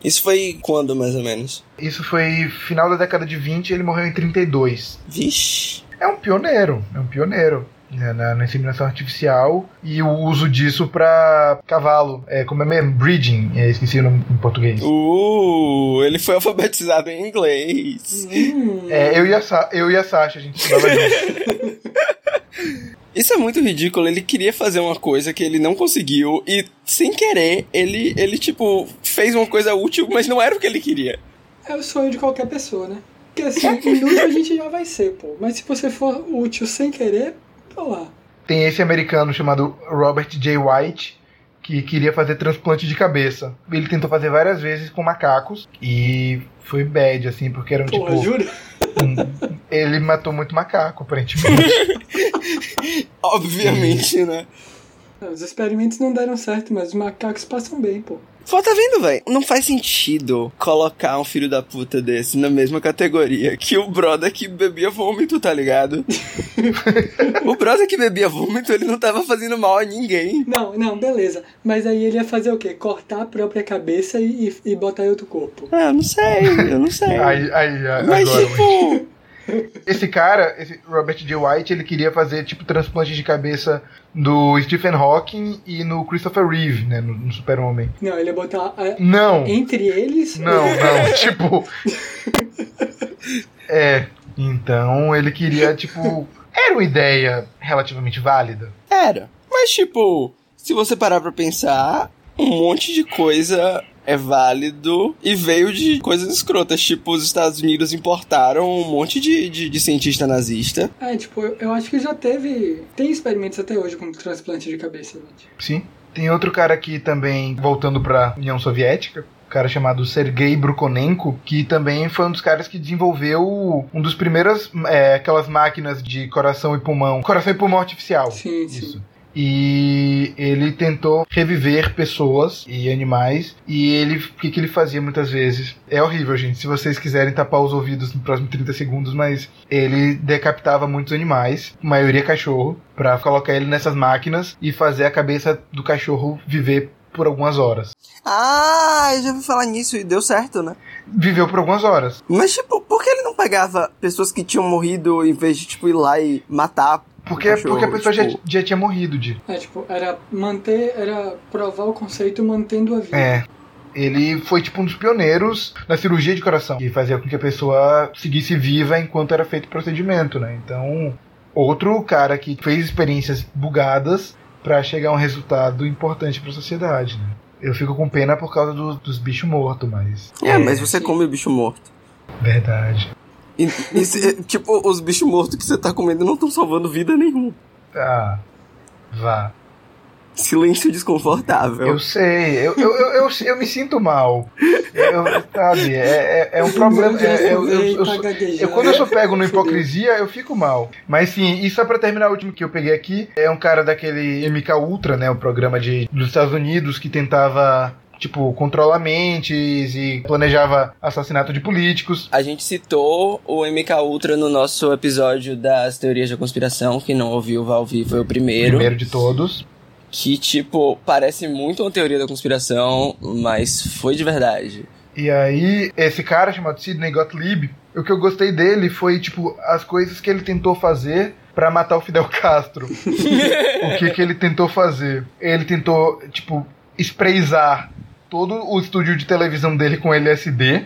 Speaker 3: Isso foi quando, mais ou menos?
Speaker 1: Isso foi final da década de 20 e ele morreu em 32.
Speaker 3: Vixe.
Speaker 1: É um pioneiro, é um pioneiro. né, Na, na inseminação artificial e o uso disso pra cavalo. É, como é mesmo? Breeding. É, esqueci o nome em português.
Speaker 3: Uh, ele foi alfabetizado em inglês.
Speaker 4: Hum,
Speaker 1: É, eu e a, Sa- eu e a Sasha, a gente estudava junto.
Speaker 3: Isso é muito ridículo. Ele queria fazer uma coisa que ele não conseguiu e, sem querer, ele, ele tipo, fez uma coisa útil, mas não era o que ele queria.
Speaker 4: É o sonho de qualquer pessoa, né? Porque assim, inútil a gente já vai ser, pô. Mas se você for útil sem querer, tô lá.
Speaker 1: Tem esse americano chamado Robert J. White que queria fazer transplante de cabeça. Ele tentou fazer várias vezes com macacos e foi bad, assim, porque eram
Speaker 4: Porra,
Speaker 1: tipo.
Speaker 4: jura?
Speaker 1: um- ele matou muito macaco, aparentemente.
Speaker 3: Obviamente, né?
Speaker 4: Os experimentos não deram certo, mas os macacos passam bem, pô.
Speaker 3: Pô, tá vendo, velho? Não faz sentido colocar um filho da puta desse na mesma categoria que o brother que bebia vômito, tá ligado? o brother que bebia vômito, ele não tava fazendo mal a ninguém.
Speaker 4: Não, não, beleza. Mas aí ele ia fazer o quê? Cortar a própria cabeça e, e, e botar em outro corpo.
Speaker 3: Ah, eu não sei, eu não sei.
Speaker 1: Aí, aí, a-
Speaker 3: Mas,
Speaker 1: agora,
Speaker 3: tipo,
Speaker 1: Esse cara, esse Robert J. White, ele queria fazer tipo transplante de cabeça do Stephen Hawking e no Christopher Reeve, né? No, no Super-Homem.
Speaker 4: Não, ele ia botar a-
Speaker 1: Não!
Speaker 4: entre eles.
Speaker 1: Não, não, tipo. É. Então ele queria, tipo. Era uma ideia relativamente válida.
Speaker 3: era. Mas, tipo, se você parar pra pensar, um monte de coisa é válido e veio de coisas escrotas. Tipo, os Estados Unidos importaram um monte de, de, de cientista nazista.
Speaker 4: É, tipo, eu, eu acho que já teve. Tem experimentos até hoje com transplante de cabeça, gente.
Speaker 1: Sim. Tem outro cara aqui também, voltando pra União Soviética. Um cara chamado Sergei Brukonenko, que também foi um dos caras que desenvolveu um dos primeiros, é, aquelas máquinas de coração e pulmão. Coração e pulmão artificial.
Speaker 4: Sim, sim.
Speaker 1: Isso. E ele tentou reviver pessoas e animais. E ele, o que, que ele fazia muitas vezes? É horrível, gente. Se vocês quiserem tapar os ouvidos nos próximos 30 segundos, mas ele decapitava muitos animais, maioria cachorro, pra colocar ele nessas máquinas e fazer a cabeça do cachorro viver por algumas horas.
Speaker 3: Ah, eu já ouvi falar nisso e deu certo, né?
Speaker 1: Viveu por algumas horas.
Speaker 3: Mas, tipo, por que ele não pegava pessoas que tinham morrido em vez de, tipo, ir lá e matar?
Speaker 1: Porque,
Speaker 3: o cachorro,
Speaker 1: porque a pessoa já,
Speaker 3: tipo?
Speaker 1: já tinha morrido de.
Speaker 4: É, tipo, era manter. Era provar o conceito mantendo a vida.
Speaker 1: É. Ele foi tipo um dos pioneiros na cirurgia de coração, que fazia com que a pessoa seguisse viva enquanto era feito o procedimento, né? Então, outro cara que fez experiências bugadas pra chegar a um resultado importante pra sociedade, né? Eu fico com pena por causa do- dos bichos mortos, mas.
Speaker 3: É, mas você
Speaker 4: sim.
Speaker 3: come bicho morto.
Speaker 1: Verdade.
Speaker 3: E, e se- é, tipo, os bichos mortos que você tá comendo não estão salvando vida nenhuma.
Speaker 1: Tá. Vá.
Speaker 3: Silêncio desconfortável.
Speaker 1: Eu sei, eu, eu, eu, eu, eu me sinto mal. Eu, sabe, é, é, é um problema. é- é- eu- eu- eu sou- Eu, quando eu sou pego na
Speaker 4: Fudeu.
Speaker 1: hipocrisia, eu fico mal. Mas sim, e só pra terminar, o último que eu peguei aqui é um cara daquele MK Ultra, né? O programa de, dos Estados Unidos que tentava, tipo, controlar mentes e planejava assassinato de políticos.
Speaker 3: A gente citou o MK Ultra no nosso episódio das teorias da conspiração, que não ouviu, vai ouvir, foi o primeiro.
Speaker 1: Primeiro de todos.
Speaker 3: Que, tipo, parece muito uma teoria da conspiração, mas foi de verdade.
Speaker 1: E aí, esse cara chamado Sidney Gottlieb, o que eu gostei dele foi, tipo, as coisas que ele tentou fazer pra matar o Fidel Castro. o que, que ele tentou fazer? Ele tentou, tipo, sprayzar todo o estúdio de televisão dele com LSD.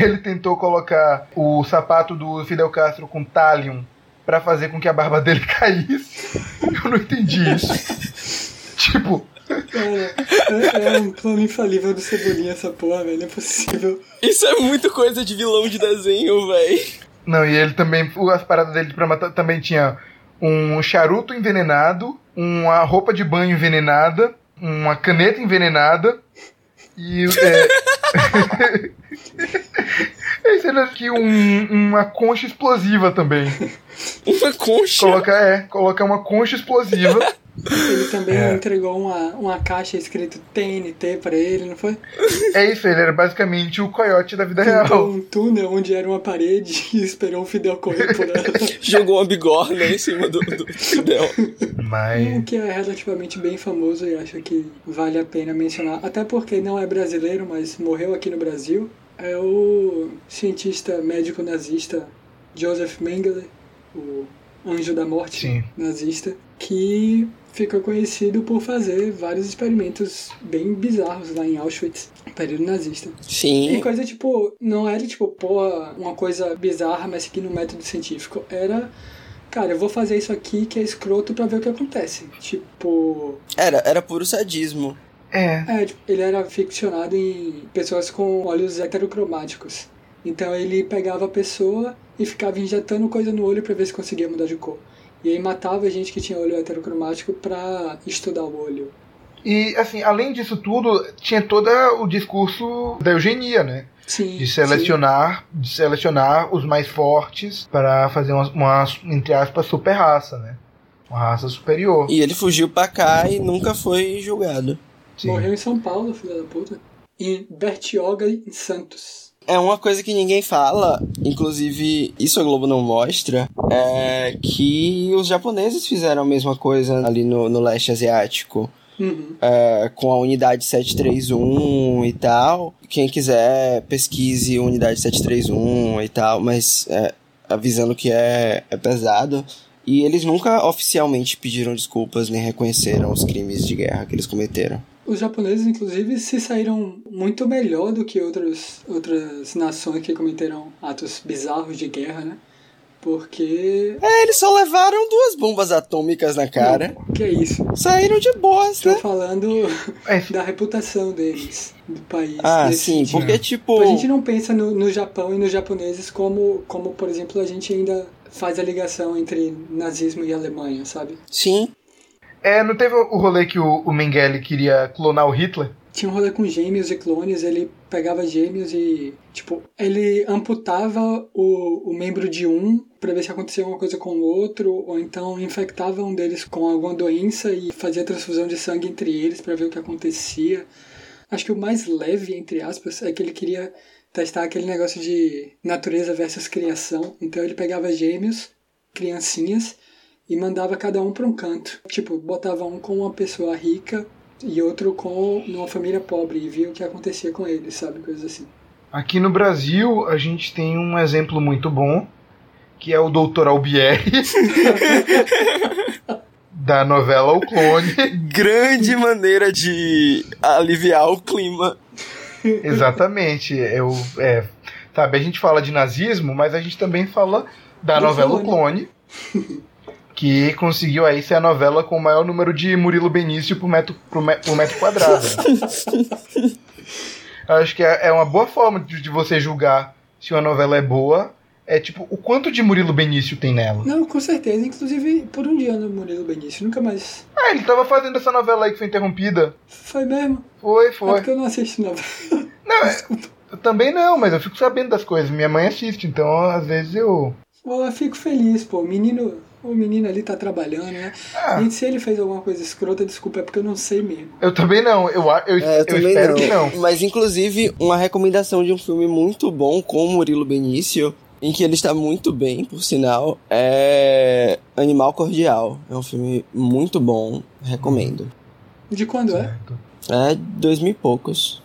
Speaker 1: Ele tentou colocar o sapato do Fidel Castro com talium pra fazer com que a barba dele caísse. Eu não entendi isso. tipo,
Speaker 4: Cara, é, é um plano infalível do Cebolinha essa porra, velho. É possível.
Speaker 3: Isso é muito coisa de vilão de desenho, véi.
Speaker 1: não, e ele também, as paradas dele pra matar também tinha um charuto envenenado, uma roupa de banho envenenada, uma caneta envenenada e é, É, sendo aqui um- uma concha explosiva também.
Speaker 3: Uma concha.
Speaker 1: Colocar, é, colocar uma concha explosiva.
Speaker 4: Ele também
Speaker 1: É.
Speaker 4: entregou uma, uma caixa escrito TNT pra ele, não foi?
Speaker 1: É isso, ele era basicamente o coiote da vida
Speaker 4: Pintou
Speaker 1: real.
Speaker 4: um túnel onde era uma parede e esperou o Fidel correr por ela.
Speaker 3: Jogou uma bigorna em cima do, do Fidel.
Speaker 1: Mas.
Speaker 4: Um que é relativamente bem famoso e acho que vale a pena mencionar, até porque não é brasileiro, mas morreu aqui no Brasil, é o cientista médico nazista Joseph Mengele, o anjo da morte
Speaker 1: Sim.
Speaker 4: nazista, que ficou conhecido por fazer vários experimentos bem bizarros lá em Auschwitz, período nazista. E
Speaker 3: Sim.
Speaker 4: coisa tipo, não era tipo, porra, uma coisa bizarra, mas seguindo um método científico. Era, cara, eu vou fazer isso aqui que é escroto pra ver o que acontece. Tipo,
Speaker 3: Era, era puro sadismo.
Speaker 1: É.
Speaker 4: é, tipo, ele era ficcionado em pessoas com olhos heterocromáticos. Então ele pegava a pessoa e ficava injetando coisa no olho pra ver se conseguia mudar de cor. E aí matava gente que tinha olho heterocromático pra estudar o olho.
Speaker 1: E, assim, além disso tudo, tinha todo o discurso da eugenia, né?
Speaker 4: Sim.
Speaker 1: De
Speaker 4: sim.
Speaker 1: selecionar, de selecionar os mais fortes para fazer uma, uma, entre aspas, super raça, né? Uma raça superior.
Speaker 3: E ele fugiu pra cá e nunca foi julgado.
Speaker 1: Sim.
Speaker 4: Morreu em São Paulo, filha da puta. em Bertioga e Santos.
Speaker 3: É uma coisa que ninguém fala, inclusive isso a Globo não mostra, é que os japoneses fizeram a mesma coisa ali no, no leste asiático.
Speaker 4: Uhum.
Speaker 3: é, com a unidade 731 e tal. Quem quiser, pesquise unidade 731 e tal, mas é, avisando que é, é pesado. E eles nunca oficialmente pediram desculpas nem reconheceram os crimes de guerra que eles cometeram.
Speaker 4: Os japoneses, inclusive, se saíram muito melhor do que outros, outras nações que cometeram atos bizarros de guerra, né? Porque.
Speaker 3: É, eles só levaram duas bombas atômicas na cara.
Speaker 4: Não, que é isso?
Speaker 3: Saíram de boas,
Speaker 4: Tô
Speaker 3: né?
Speaker 4: falando
Speaker 1: É,
Speaker 4: da reputação deles, do país.
Speaker 3: Ah,
Speaker 4: desse
Speaker 3: sim,
Speaker 4: tipo.
Speaker 3: porque tipo.
Speaker 4: A gente não pensa no, no Japão e nos japoneses como, como, por exemplo, a gente ainda faz a ligação entre nazismo e Alemanha, sabe?
Speaker 3: Sim,
Speaker 1: é, não teve o rolê que o, o Mengele queria clonar o Hitler?
Speaker 4: Tinha um rolê com gêmeos e clones, ele pegava gêmeos e, tipo, ele amputava o, o membro de um pra ver se acontecia alguma coisa com o outro, ou então infectava um deles com alguma doença e fazia transfusão de sangue entre eles pra ver o que acontecia. Acho que o mais leve, entre aspas, é que ele queria testar aquele negócio de natureza versus criação. Então ele pegava gêmeos, criancinhas, e mandava cada um pra um canto. Tipo, botava um com uma pessoa rica e outro com numa família pobre e via o que acontecia com eles, sabe? Coisas assim.
Speaker 1: Aqui no Brasil, a gente tem um exemplo muito bom, que é o Dr. Albieri, da novela O Clone.
Speaker 3: grande maneira de aliviar o clima.
Speaker 1: Exatamente. Eu, é, sabe, a gente fala de nazismo, mas a gente também fala da
Speaker 4: Do
Speaker 1: novela O
Speaker 4: Clone.
Speaker 1: Clone, que conseguiu aí ser a novela com o maior número de Murilo Benício por metro, por me- por metro quadrado. né? Acho que é, é uma boa forma de, de você julgar se uma novela é boa. É tipo, o quanto de Murilo Benício tem nela?
Speaker 4: Não, com certeza. Inclusive, por um dia no Murilo Benício. Nunca mais.
Speaker 1: Ah, ele tava fazendo essa novela aí que foi interrompida.
Speaker 4: Foi mesmo?
Speaker 1: Foi,
Speaker 4: É
Speaker 1: foi.
Speaker 4: porque eu não assisto novela.
Speaker 1: Eu também não, mas eu fico sabendo das coisas. Minha mãe assiste, então às vezes eu.
Speaker 4: Pô, eu fico feliz, pô. O menino, o menino ali tá trabalhando, né?
Speaker 1: Ah.
Speaker 4: E se ele fez alguma coisa escrota, desculpa, é porque eu não sei mesmo.
Speaker 1: Eu também não. Eu, a- eu,
Speaker 3: É,
Speaker 1: eu, espero que não.
Speaker 3: Mas, inclusive, uma recomendação de um filme muito bom com o Murilo Benício, em que ele está muito bem, por sinal, é Animal Cordial. É um filme muito bom, recomendo.
Speaker 4: De quando é?
Speaker 1: Certo.
Speaker 3: É dois mil e poucos.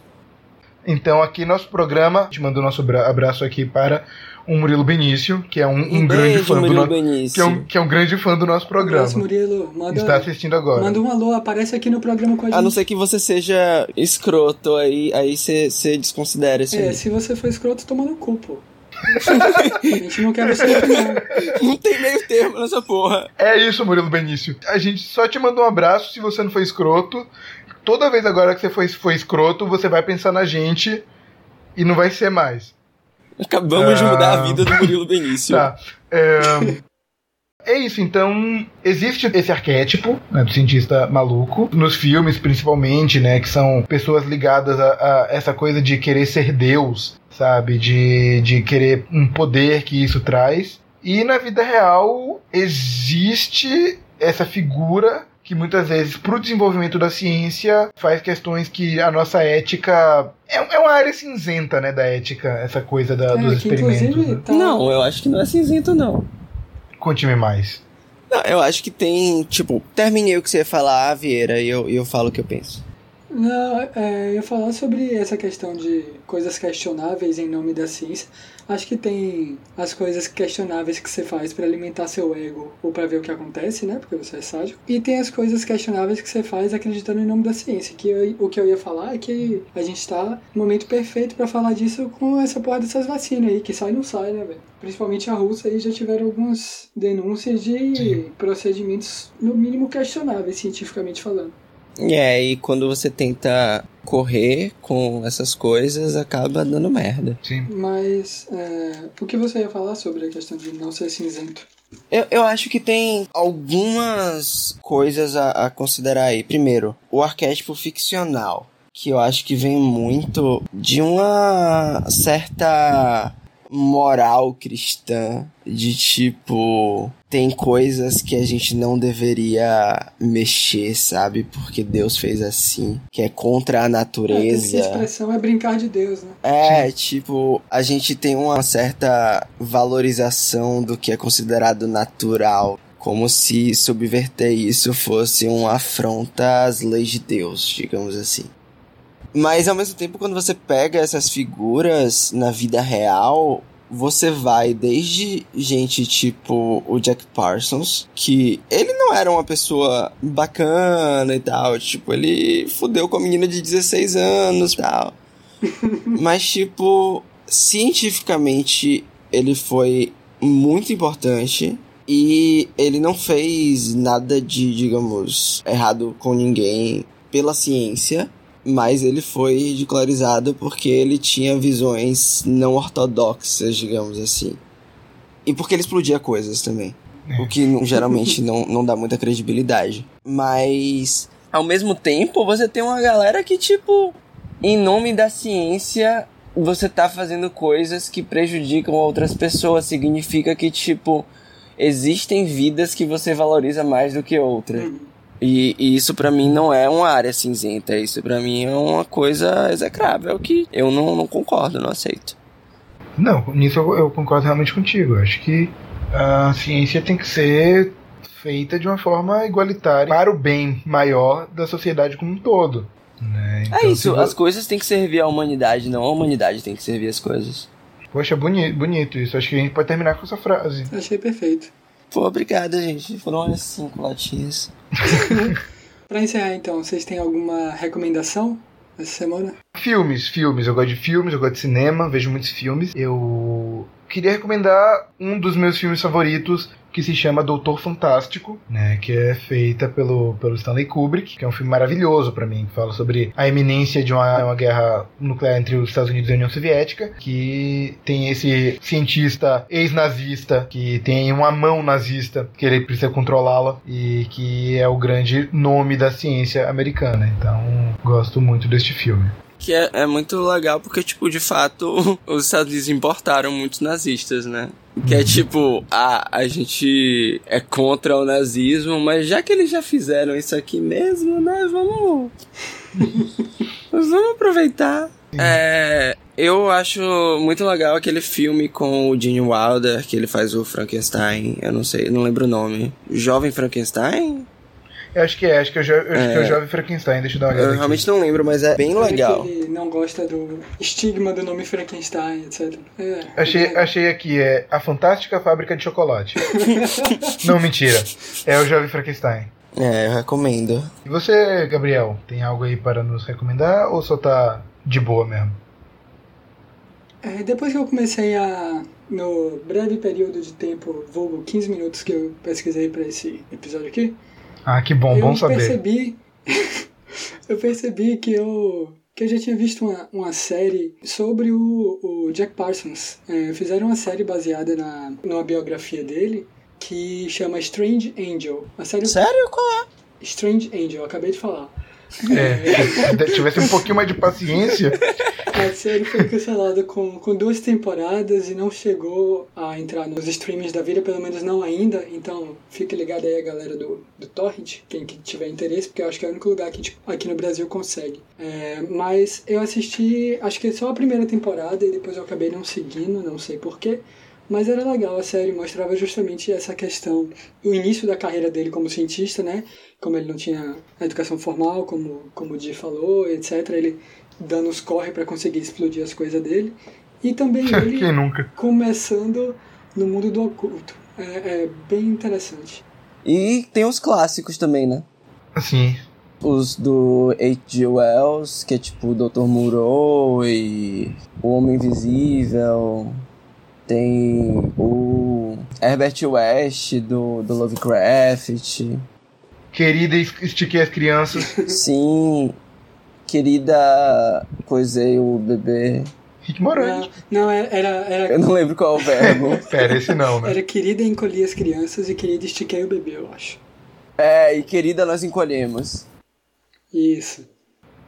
Speaker 1: Então, aqui nosso programa, a gente manda o nosso abra- abraço aqui para o Murilo Benício, que é um, um grande
Speaker 3: beijo,
Speaker 1: fã do
Speaker 3: Murilo
Speaker 1: nosso.
Speaker 3: Benício.
Speaker 1: Que é, um, que é um grande fã do nosso
Speaker 4: Abraço,
Speaker 1: programa.
Speaker 4: Murilo.
Speaker 1: Está
Speaker 4: Manda,
Speaker 1: assistindo agora.
Speaker 4: manda um alô, aparece aqui no programa com a gente.
Speaker 3: A Ah, não ser que você seja escroto, aí aí você desconsidera isso.
Speaker 4: É,
Speaker 3: aí.
Speaker 4: se você for escroto, toma no cu, pô. a gente não quer você aqui, não.
Speaker 3: Não tem meio termo nessa porra.
Speaker 1: É isso, Murilo Benício. A gente só te manda um abraço se você não for escroto. Toda vez agora que você for, for escroto, você vai pensar na gente e não vai ser mais.
Speaker 3: Acabamos de mudar a
Speaker 1: Ah.
Speaker 3: vida do Murilo Benício.
Speaker 1: Tá. É... é isso, então existe esse arquétipo né, do cientista maluco, nos filmes principalmente, né? Que são pessoas ligadas a, a essa coisa de querer ser Deus, sabe? De, de querer um poder que isso traz. E na vida real existe essa figura que muitas vezes, para o desenvolvimento da ciência, faz questões que a nossa ética. É, é uma área cinzenta, né, da ética, essa coisa da- dos
Speaker 4: É, que
Speaker 1: experimentos.
Speaker 4: inclusive
Speaker 1: né?
Speaker 4: tá.
Speaker 3: Não, eu acho que não é cinzento, não.
Speaker 1: Conte-me mais.
Speaker 3: Não, eu acho que tem, tipo, terminei o que você ia falar, Vieira, e eu, e eu falo o que eu penso.
Speaker 4: Não, é, eu ia falar sobre essa questão de coisas questionáveis em nome da ciência. Acho que tem as coisas questionáveis que você faz para alimentar seu ego ou para ver o que acontece, né? Porque você é sádico. E tem as coisas questionáveis que você faz acreditando em nome da ciência. Que eu- o que eu ia falar é que a gente tá no momento perfeito para falar disso com essa porra dessas vacinas aí, que sai e não sai, né, velho? Principalmente a russa aí já tiveram algumas denúncias de
Speaker 1: Sim.
Speaker 4: procedimentos, no mínimo, questionáveis, cientificamente falando.
Speaker 3: E aí, quando você tenta correr com essas coisas, acaba dando merda.
Speaker 1: Sim.
Speaker 4: Mas é, o que você ia falar sobre a questão de não ser cinzento?
Speaker 3: Eu, eu acho que tem algumas coisas a, a considerar aí. Primeiro, o arquétipo ficcional, que eu acho que vem muito de uma certa moral cristã de tipo tem coisas que a gente não deveria mexer, sabe? Porque Deus fez assim, que é contra a natureza.
Speaker 4: Essa expressão é brincar de Deus, né?
Speaker 3: É, tipo, a gente tem uma certa valorização do que é considerado natural. Como se subverter isso fosse uma afronta às leis de Deus, digamos assim. Mas ao mesmo tempo, quando você pega essas figuras na vida real, você vai desde gente tipo o Jack Parsons, que ele não era uma pessoa bacana e tal, tipo, ele fudeu com a menina de 16 anos e tal. Mas, tipo, cientificamente ele foi muito importante e ele não fez nada de, digamos, errado com ninguém pela ciência mas ele foi ridicularizado porque ele tinha visões não ortodoxas, digamos assim. E porque ele explodia coisas também. O que não- geralmente não, não dá muita credibilidade. Mas, ao mesmo tempo, você tem uma galera que, tipo, em nome da ciência, você tá fazendo coisas que prejudicam outras pessoas. Significa que, tipo, existem vidas que você valoriza mais do que outras.
Speaker 4: Uhum.
Speaker 3: E, e isso pra mim não é uma área cinzenta, isso pra mim é uma coisa execrável que eu não, não concordo, não aceito.
Speaker 1: Não, nisso eu, eu concordo realmente contigo. Eu acho que a ciência tem que ser feita de uma forma igualitária para o bem maior da sociedade como um todo. né?
Speaker 3: É
Speaker 1: Então, se
Speaker 3: isso,
Speaker 1: vo-
Speaker 3: as coisas têm que servir à humanidade, não a humanidade tem que servir as coisas.
Speaker 1: Poxa, boni- bonito isso. Acho que a gente pode terminar com essa frase.
Speaker 4: Achei perfeito.
Speaker 3: Pô, obrigado, gente. Foram as cinco latinhas.
Speaker 4: Pra encerrar então, vocês têm alguma recomendação essa semana?
Speaker 1: Filmes, filmes. Eu gosto de filmes, eu gosto de cinema, vejo muitos filmes. Eu queria recomendar um dos meus filmes favoritos, que se chama Doutor Fantástico, né? Que é feita pelo, pelo Stanley Kubrick, que é um filme maravilhoso pra mim, que fala sobre a iminência de uma, uma guerra nuclear entre os Estados Unidos e a União Soviética, que tem esse cientista ex-nazista, que tem uma mão nazista, que ele precisa controlá-la, e que é o grande nome da ciência americana. Então, gosto muito deste filme.
Speaker 3: Que é, é muito legal porque, tipo, de fato, os Estados Unidos importaram muitos nazistas, né? Que é tipo, ah, a gente é contra o nazismo, mas já que eles já fizeram isso aqui mesmo, né? Vamos. Nós vamos aproveitar. É, eu acho muito legal aquele filme com o Gene Wilder, que ele faz o Frankenstein, eu não sei, eu não lembro o nome. Jovem Frankenstein?
Speaker 1: Eu acho que é, acho que eu, jo- eu, acho que é o Jovem Frankenstein, deixa eu dar uma
Speaker 3: Eu
Speaker 1: olhada. aqui.
Speaker 3: realmente não lembro, mas é bem legal.
Speaker 4: Ele não gosta do estigma do nome Frankenstein, etc. É,
Speaker 1: Achei, achei aqui, é A Fantástica Fábrica de Chocolate. não, mentira. É o Jovem Frankenstein.
Speaker 3: É, eu recomendo.
Speaker 1: E você, Gabriel, tem algo aí para nos recomendar ou só tá de boa mesmo?
Speaker 4: É, depois que eu comecei a, no breve período de tempo, vulgo 15 minutos que eu pesquisei pra esse episódio aqui,
Speaker 1: Ah, que bom,
Speaker 4: eu
Speaker 1: bom saber.
Speaker 4: percebi, eu percebi que eu que eu já tinha visto uma, uma série sobre o, o Jack Parsons. É, fizeram uma série baseada na numa biografia dele que chama Strange Angel. A série
Speaker 3: Sério? Qual
Speaker 4: Strange Angel, eu acabei de falar.
Speaker 1: É, se tivesse um pouquinho mais de paciência,
Speaker 4: A série foi cancelada com, com duas temporadas e não chegou a entrar nos streams da vida, pelo menos não ainda. Então fique ligado aí a galera do, do Torrent, quem que tiver interesse, porque eu acho que é o único lugar que tipo, aqui no Brasil consegue. É, mas eu assisti, acho que só a primeira temporada e depois eu acabei não seguindo, não sei porquê. Mas era legal, a série mostrava justamente essa questão, o início da carreira dele como cientista, né? Como ele não tinha a educação formal, como, como o Di falou, etc. Ele dando os corre para conseguir explodir as coisas dele. E também ele
Speaker 1: quem nunca?
Speaker 4: começando no mundo do oculto. É, é bem interessante.
Speaker 3: E tem os clássicos também, né?
Speaker 1: Assim,
Speaker 3: Os do H.G. Wells, que é tipo o Dr. Moreau e O Homem Invisível. Tem o Herbert West do, do Lovecraft.
Speaker 1: querida, es- estiquei as crianças.
Speaker 3: Sim, querida, coisei o bebê.
Speaker 1: Rick Moranis.
Speaker 4: Não, não é, era, era,
Speaker 3: Eu
Speaker 4: era,
Speaker 3: não lembro qual é o verbo.
Speaker 1: Pera, esse não, né?
Speaker 4: era querida encolhi as crianças e querida estiquei o bebê, eu acho.
Speaker 3: É, e querida, nós encolhemos.
Speaker 4: Isso.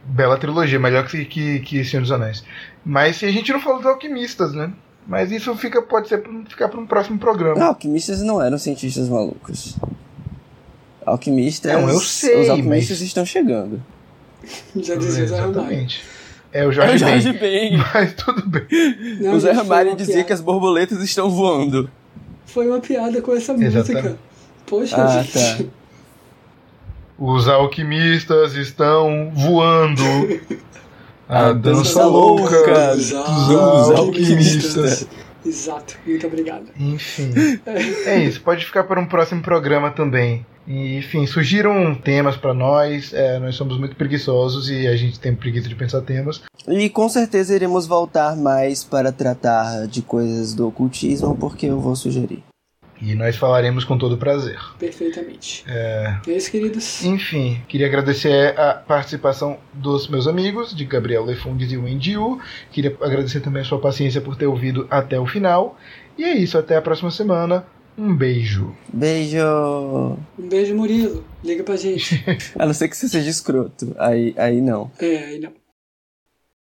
Speaker 1: Bela trilogia, melhor que, que, que Senhor dos Anéis. Mas a gente não falou dos alquimistas, né? Mas isso fica, pode ser ficar para um próximo programa.
Speaker 3: Não, alquimistas não eram cientistas malucos. Alquimistas.
Speaker 1: Não, eu sei,
Speaker 3: Os alquimistas
Speaker 1: mas-
Speaker 3: estão chegando.
Speaker 4: Já dizia Zé Ramalho.
Speaker 1: É, Exatamente. É o Jorge,
Speaker 3: é o Jorge
Speaker 1: Ben.
Speaker 3: Bem.
Speaker 1: Mas tudo bem.
Speaker 4: Não,
Speaker 3: O Zé
Speaker 4: gente, foi
Speaker 3: Ramalho
Speaker 4: uma
Speaker 3: dizia que
Speaker 4: piada.
Speaker 3: as borboletas estão voando.
Speaker 4: Foi uma piada com essa
Speaker 1: Exatamente.
Speaker 4: música. Poxa,
Speaker 3: Ah,
Speaker 4: gente.
Speaker 1: Os alquimistas estão voando. A dança
Speaker 4: dança
Speaker 1: louca
Speaker 3: louca
Speaker 1: dos
Speaker 3: dos
Speaker 1: alquimistas.
Speaker 4: Exato. Muito obrigado.
Speaker 1: Enfim. É isso, pode ficar para um próximo programa também. E, enfim, surgiram temas para nós. é, nós somos muito preguiçosos e a gente tem preguiça de pensar temas.
Speaker 3: E com certeza iremos voltar mais para tratar de coisas do ocultismo, porque eu vou sugerir.
Speaker 1: E nós falaremos com todo prazer.
Speaker 4: Perfeitamente. É. isso, queridos.
Speaker 1: Enfim, queria agradecer a participação dos meus amigos, de Gabriel Lefundes e Wendy Yu. Queria agradecer também a sua paciência por ter ouvido até o final. E é isso, até a próxima semana. Um beijo.
Speaker 3: Beijo!
Speaker 4: Um beijo, Murilo. Liga pra gente.
Speaker 3: A não ser que você seja escroto. Aí, aí não.
Speaker 4: é, aí não.